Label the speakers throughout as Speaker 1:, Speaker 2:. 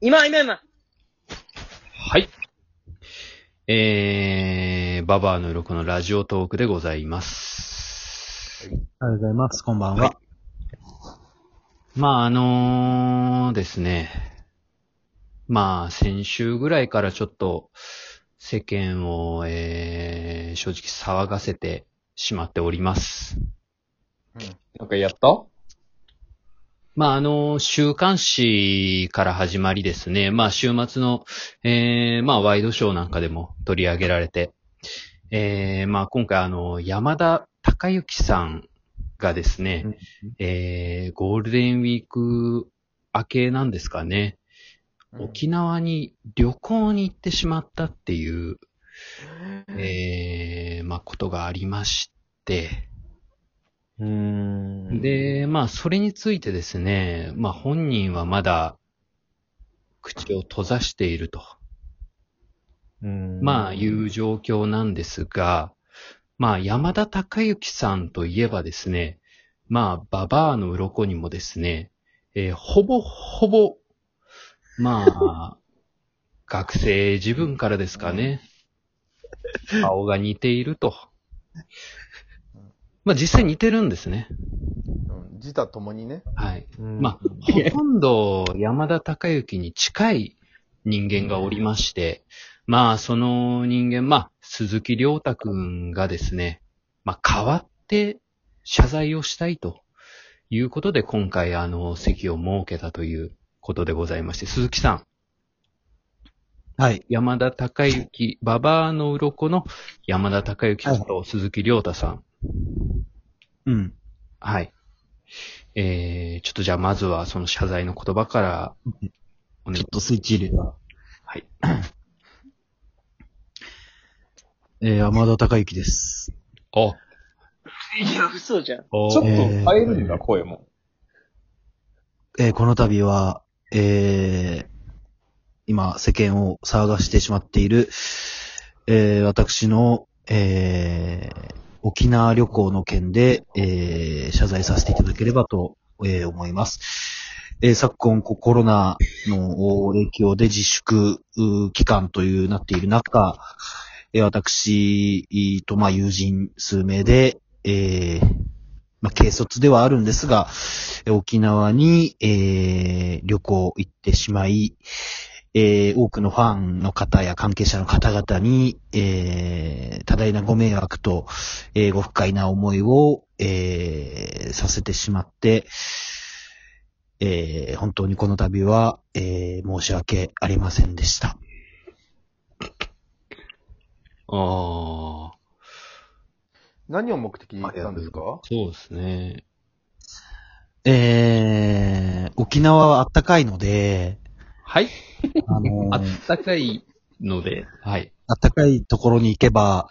Speaker 1: 今、今、今。
Speaker 2: はい。えー、ババアの鱗のラジオトークでございます。
Speaker 3: おはようございます。こんばんは。
Speaker 2: はまあ、あのー、ですね。まあ、先週ぐらいからちょっと、世間を、えー、正直騒がせてしまっております。
Speaker 4: なんかやった
Speaker 2: まあ、あの、週刊誌から始まりですね。まあ、週末の、えーまあ、ワイドショーなんかでも取り上げられて、えーまあ、今回、あの、山田孝之さんがですね、
Speaker 4: うん
Speaker 2: えーゴールデンウィーク明けなんですかね、沖縄に旅行に行ってしまったっていう、えーまあ、ことがありまして、
Speaker 4: うん、
Speaker 2: で、まあ、それについてですね、まあ、本人はまだ、口を閉ざしていると、
Speaker 4: うん
Speaker 2: まあ、いう状況なんですが、まあ、山田孝之さんといえばですね、まあ、ババアの鱗にもですね、えーほぼほぼ、まあ、学生自分からですかね、顔が似ていると。まあ、実際似てるんですね。
Speaker 4: うん。自他ともにね。
Speaker 2: はい。
Speaker 4: ま
Speaker 2: まあ、ほとんど山田孝之に近い人間がおりまして、まあ、その人間、まあ、鈴木亮太くんがですね、まあ、代わって謝罪をしたいということで、今回、あの、席を設けたということでございまして、鈴木さん、
Speaker 3: はい。
Speaker 2: 山田孝之、ババアの鱗の山田孝之さんと鈴木亮太さん、
Speaker 3: うん。
Speaker 2: はい。えー、ちょっとじゃあ、まずはその謝罪の言葉から、お願い
Speaker 3: ちょっとスイッチ入れた。
Speaker 2: はい。
Speaker 3: えー、天田孝之です。
Speaker 1: い
Speaker 2: お
Speaker 1: や、嘘じゃん。
Speaker 2: お
Speaker 4: ちょっと
Speaker 3: えー
Speaker 4: 変えるんだ、声も。
Speaker 3: えー、この度は、えー、今、世間を騒がしてしまっている、えー、私の、えー、沖縄旅行の件で、えー、謝罪させていただければと、えー、思います。えー、昨今、コロナの影響で自粛うー期間というなっている中、えー、私いーと、まあ、友人数名で、えー、まあ、軽率ではあるんですが、えー沖縄に、えー旅行行ってしまい、えー多くのファンの方や関係者の方々に、えー多大なご迷惑と、えーご不快な思いを、えーさせてしまって、えー本当にこの度は、えー申し訳ありませんでした。
Speaker 2: ああ、
Speaker 4: 何を目的に言ったんですか
Speaker 2: そうですね。
Speaker 3: えー沖縄は暖かいので、
Speaker 2: はい。
Speaker 3: あの
Speaker 2: あ
Speaker 3: ー
Speaker 2: ったかいので、はい。
Speaker 3: 暖かいところに行けば、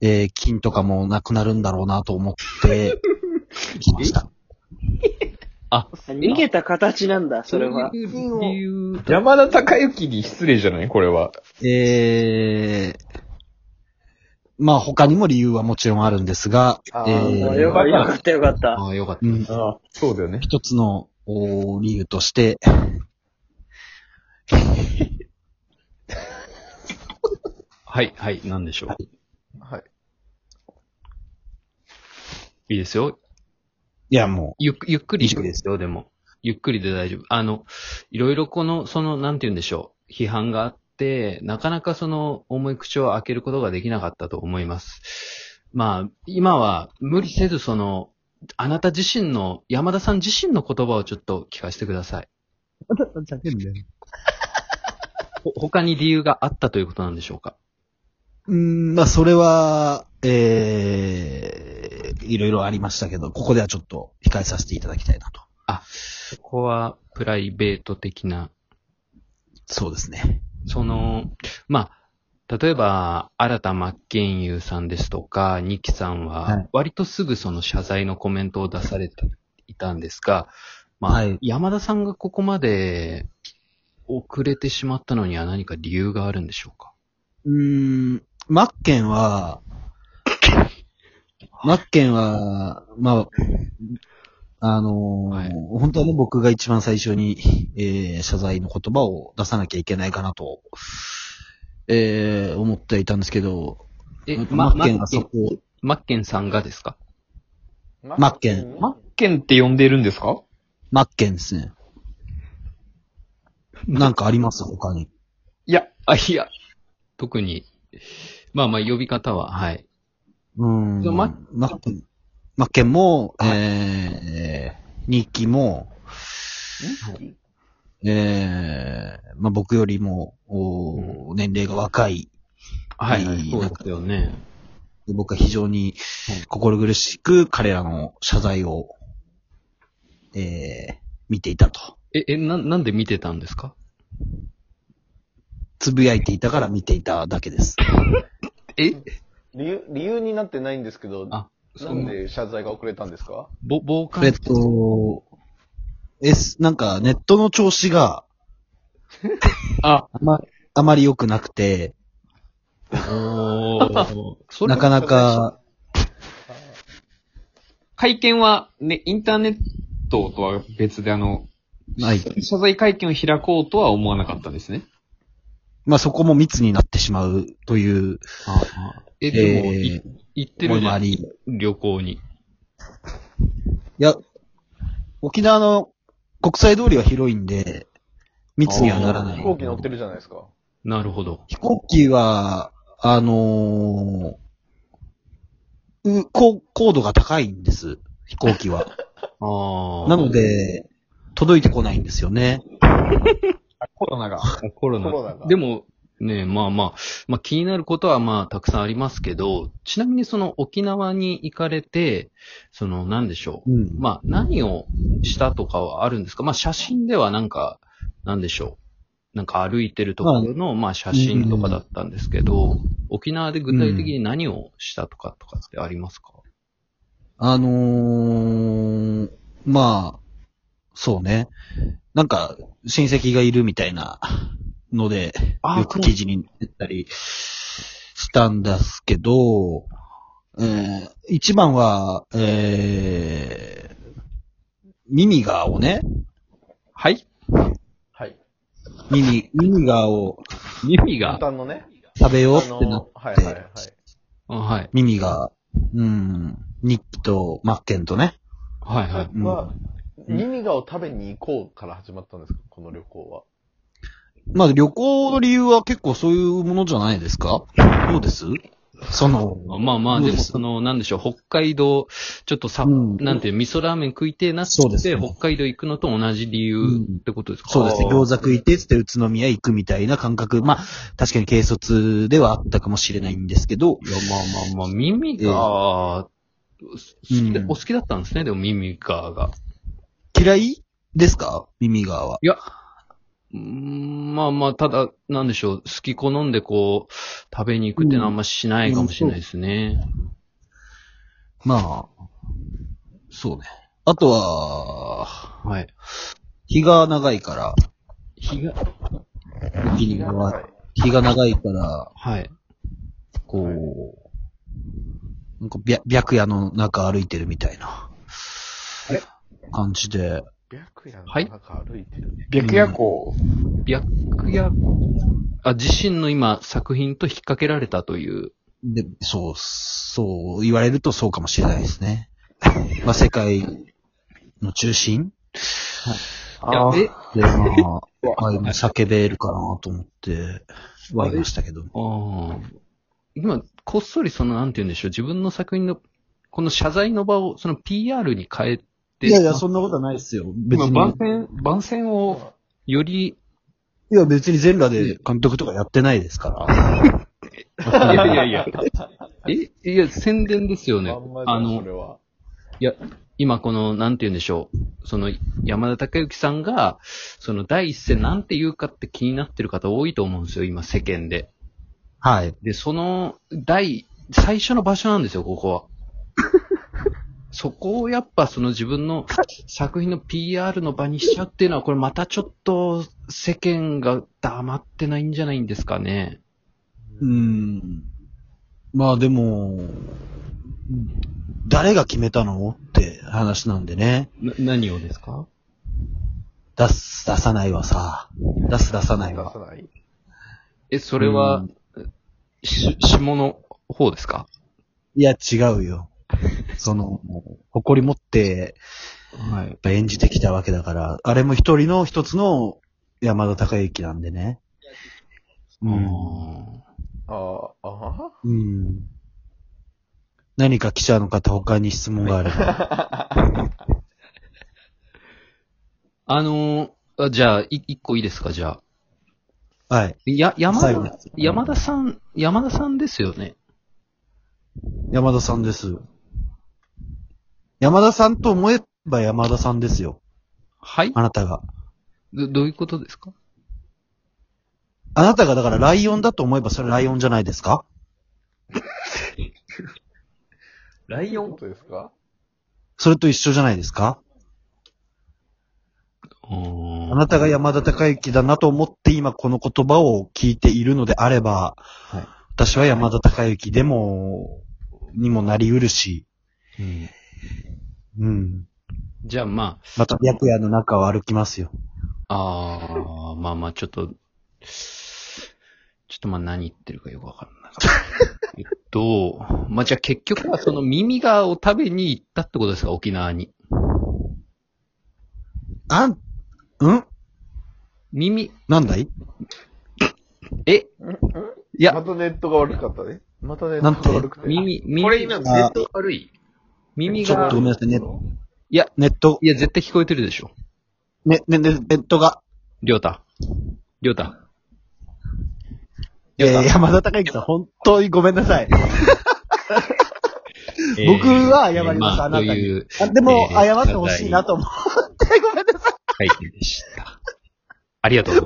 Speaker 3: えー菌とかもなくなるんだろうなと思って、来ました。
Speaker 1: 逃げた形なんだ、それは。
Speaker 2: ういう理由。
Speaker 4: 山田孝之に失礼じゃないこれは。
Speaker 3: えー、まあ他にも理由はもちろんあるんですが、
Speaker 4: あ
Speaker 3: え
Speaker 4: ー
Speaker 1: あ
Speaker 4: まあ
Speaker 1: よ
Speaker 3: ー
Speaker 1: かった、よかった、よかった。
Speaker 2: ああ、よかっ
Speaker 3: うん
Speaker 4: ああ、そうだよね。
Speaker 3: 一つのお理由として、
Speaker 2: た。はい、はい、なんでしょう。
Speaker 4: はい。
Speaker 2: いいですよ。
Speaker 3: いやも
Speaker 2: ゆっゆっくり
Speaker 3: 以上です
Speaker 2: よ、でも。ゆっくりで大丈夫。あの、いろいろこの、その、なんて言うんでしょう。批判があって、なかなかその、重い口を開けることができなかったと思います。まあ、今は、無理せずその、あなた自身の、山田さん自身の言葉をちょっと聞かせてください。ほ他に理由があったということなんでしょうか
Speaker 3: う、うん、まあそれは、えー、いろいろありましたけど、ここではちょっと控えさせていただきたいなと。
Speaker 2: そこはプライベート的な、
Speaker 3: そうですね。
Speaker 2: その、まあ、例えば、新田真剣佑さんですとか、二木さん
Speaker 3: は、
Speaker 2: はい割とすぐその謝罪のコメントを出されていたんですが、まあ、
Speaker 3: はい
Speaker 2: 山田さんがここまで遅れてしまったのには何か理由があるんでしょうか
Speaker 3: うーん、マッケン は、マッケンは、まあ、あのー
Speaker 2: はい
Speaker 3: 本当はね、僕が一番最初に、えー謝罪の言葉を出さなきゃいけないかなと、えー思っていたんですけど、
Speaker 2: え、
Speaker 3: マ
Speaker 2: ま、
Speaker 3: ッ
Speaker 2: マ
Speaker 3: ケンが
Speaker 2: ッケ
Speaker 3: そ
Speaker 2: ン、
Speaker 3: こ、
Speaker 2: マッケンさんがですか
Speaker 3: マッケン
Speaker 4: マッケンって呼んでるんですか
Speaker 3: マッケンですね。なんかあります他に。
Speaker 4: いや、
Speaker 2: あ、いや、特に。まあまあ、呼び方は、はい。
Speaker 3: うん。
Speaker 2: じゃあマッ
Speaker 3: マッケン。マッケンも、えー、ニッキーも、えー、まあ、僕よりも、おー年齢が若い、
Speaker 2: はいい。そうですよね。
Speaker 3: 僕は非常に心苦しく彼らの謝罪を、えー、見ていたと。
Speaker 2: え、え、な、なんで見てたんですか
Speaker 3: つぶやいていたから見ていただけです。
Speaker 2: え
Speaker 5: 理由、理由になってないんですけど、
Speaker 2: あそ
Speaker 5: な
Speaker 2: うん
Speaker 5: で謝罪が遅れたんですか
Speaker 2: ぼ、傍
Speaker 3: えっ
Speaker 2: 観者
Speaker 3: と、え、なんかネットの調子が、
Speaker 2: あ、
Speaker 3: ま、あまり良くなくて、
Speaker 2: おーそれ
Speaker 3: なかなか、
Speaker 2: 会見は、ね、インターネットとは別で、あの、
Speaker 3: ない。
Speaker 2: 謝罪会見を開こうとは思わなかったんですね。
Speaker 3: まあ、そこも密になってしまうという、
Speaker 2: え、でも、い
Speaker 3: えー、
Speaker 2: 行って
Speaker 3: 思
Speaker 2: る
Speaker 3: い
Speaker 2: じ
Speaker 3: も
Speaker 2: ゃ
Speaker 3: あ
Speaker 2: ん
Speaker 3: り。
Speaker 2: 旅行に。
Speaker 3: いや、沖縄の国際通りは広いんで、密にはならない
Speaker 5: 飛。行機乗ってるじゃないですか。
Speaker 2: なるほど。
Speaker 3: 飛行機は、あのーう、高、高度が高いんです。飛行機 は。
Speaker 2: ああ。
Speaker 3: なので、届いてこないんですよね。
Speaker 4: コロナが。
Speaker 2: コロ
Speaker 5: コロナが。
Speaker 2: でも、ねまあまあ、まあ気になることはまあたくさんありますけど、ちなみにその沖縄に行かれて、その何でしょう。
Speaker 3: うん。
Speaker 2: まあ何をしたとかはあるんですかまあ写真ではなんか、何でしょう。なんか歩いてるところの、まあ写真とかだったんですけど、沖縄で具体的に何をしたとかとかってありますか、
Speaker 3: あのー、まあ、そうね。なんか、親戚がいるみたいなので、
Speaker 2: あー
Speaker 3: よく記事に出たりしたんですけど、えー一番は、えー、ミミガーをね、
Speaker 2: はい
Speaker 5: はい。
Speaker 3: ミミ、ミミガーを
Speaker 2: 耳
Speaker 5: 簡
Speaker 2: が。
Speaker 5: 単のね。
Speaker 3: 食べようっ
Speaker 5: あ
Speaker 3: て
Speaker 5: の、
Speaker 3: な、
Speaker 5: はいはいはい。
Speaker 2: あはい。
Speaker 3: ミミガー、うん、ニッキとマッケンとね、
Speaker 2: はいはい。
Speaker 3: うん
Speaker 5: は、ミミガを食べに行こうから始まったんですかこの旅行は。
Speaker 3: まあ旅行の理由は結構そういうものじゃないですかどうですその、
Speaker 2: まあまあ、
Speaker 3: どう
Speaker 2: で
Speaker 3: で
Speaker 2: も
Speaker 3: す
Speaker 2: その、なんでしょう、北海道、ちょっとさ、
Speaker 3: うん
Speaker 2: なんていう、味噌ラーメン食いてえなっ
Speaker 3: そうです
Speaker 2: て、
Speaker 3: ね
Speaker 2: 北海道行くのと同じ理由ってことですか、
Speaker 3: そうですね。
Speaker 2: あー
Speaker 3: 餃子食いて、つって宇都宮行くみたいな感覚。まあ、確かに軽率ではあったかもしれないんですけど、
Speaker 2: いや、まあまあまあ、耳が、好きだ
Speaker 3: うん
Speaker 2: お好きだったんですね、でも耳がが。
Speaker 3: 嫌いですか耳側は。
Speaker 2: いや、うーんまあまあ、ただ、なんでしょう、好き好んでこう、食べに行くっていうのはあんましないかもしれないですね。
Speaker 3: まあ、そうね。あとは、
Speaker 2: はい。
Speaker 3: 日が長いから、
Speaker 2: 日が、
Speaker 3: 沖
Speaker 5: ミミガ
Speaker 3: 縄
Speaker 5: は。
Speaker 3: はい日が長いから、
Speaker 2: はい。
Speaker 3: こう、なんか白白夜の中歩いてるみたいな
Speaker 5: れ
Speaker 3: 感じで、
Speaker 5: 白夜の
Speaker 2: はい
Speaker 5: 中歩いてる。
Speaker 4: 白夜行。
Speaker 2: 白夜、あ、自身の今、作品と引っ掛けられたという。
Speaker 3: で、そう、そう、言われるとそうかもしれないです ね。まあ、世界の中心
Speaker 2: いや
Speaker 4: あー
Speaker 2: え、
Speaker 3: で、 まあ、はい、まあ叫べるかなと思って、はいましたけど。
Speaker 2: ああ。今、こっそりその、なんて言うんでしょう、自分の作品の、この謝罪の場を、その PR に変えて、
Speaker 3: いやいや、そんなことはないですよ。別
Speaker 2: 今、
Speaker 3: に。
Speaker 2: 番宣、番宣を、より、
Speaker 3: いや、別に全裸で監督とかやってないですから。
Speaker 2: いやいやいや、え、いや、宣伝ですよね。
Speaker 5: あん ま
Speaker 2: あ
Speaker 5: りそ
Speaker 2: の
Speaker 5: れ、は。
Speaker 2: 今この、なんて言うんでしょう、その、山田孝之さんが、その、第一声なんて言うかって気になってる方多いと思うんですよ、今、世間で。
Speaker 3: はい。
Speaker 2: で、その、第、最初の場所なんですよ、ここは。そこをやっぱその自分の作品の PR の場にしちゃうっていうのは、これまたちょっと世間が黙ってないんじゃないんですかね。
Speaker 3: うーん。まあでも、誰が決めたのって話なんでね。
Speaker 2: な何をですか
Speaker 3: 出す、出さないはさ。出す、出さない
Speaker 5: 出
Speaker 3: は。
Speaker 5: さない
Speaker 2: え、それは、し、下の方ですか
Speaker 3: いや、違うよ。その、誇り持って、
Speaker 2: はい
Speaker 3: やっ。ぱ演じてきたわけだから、あれも一人の一つの山田孝之なんでね。うん。
Speaker 5: ああ、あ
Speaker 3: うん。何か記者の方他に質問があれば。
Speaker 2: あのーあじゃあ、い一個いいですか、じゃあ。
Speaker 3: はい。
Speaker 2: や、山
Speaker 3: 最後で
Speaker 2: 田
Speaker 3: す、
Speaker 2: 山田さん、山田さんですよね。
Speaker 3: 山田さんです。山田さんと思えば山田さんですよ。
Speaker 2: はい
Speaker 3: あなたが。
Speaker 2: どどういうことですか
Speaker 3: あなたがだからライオンだと思えばそれライオンじゃないですか
Speaker 4: ライ
Speaker 5: あ、
Speaker 4: オ
Speaker 5: 本当ですか
Speaker 3: それと一緒じゃないですかあ
Speaker 2: あ
Speaker 3: なたが山田孝之だなと思って今この言葉を聞いているのであれば、
Speaker 2: い
Speaker 3: 私は山田孝之でも、にもなりうるし、うん。
Speaker 2: じゃあ、ま
Speaker 3: また白夜の中を歩きますよ。
Speaker 2: あ、ああ、まあまあ、ちょっと、ちょっとまあ何言ってるかよくわからなかっ た。えっと、まあじゃあ結局はその耳がを食べに行ったってことですか、沖縄に。
Speaker 3: あん、うん
Speaker 2: 耳、
Speaker 3: なんだい
Speaker 2: え、いや
Speaker 5: またネットが悪かったね。またネットが悪くて。
Speaker 2: 耳、耳、
Speaker 4: これ今、ネット悪い。
Speaker 2: 耳
Speaker 3: ちょっ
Speaker 2: が
Speaker 3: とご、めんなさい、ね、
Speaker 2: いや、
Speaker 3: ネット、
Speaker 2: いや、絶対聞こえてるでしょ。
Speaker 3: ね、ね、ね、ネットが、
Speaker 2: りょうた。りょうた。
Speaker 3: えー、山田孝之さん、本当にごめんなさい。僕は謝りますあなたに
Speaker 2: という、
Speaker 3: あでも、
Speaker 2: えー
Speaker 3: 謝ってほしいなと思う。
Speaker 2: はい、でした。ありがとうございます。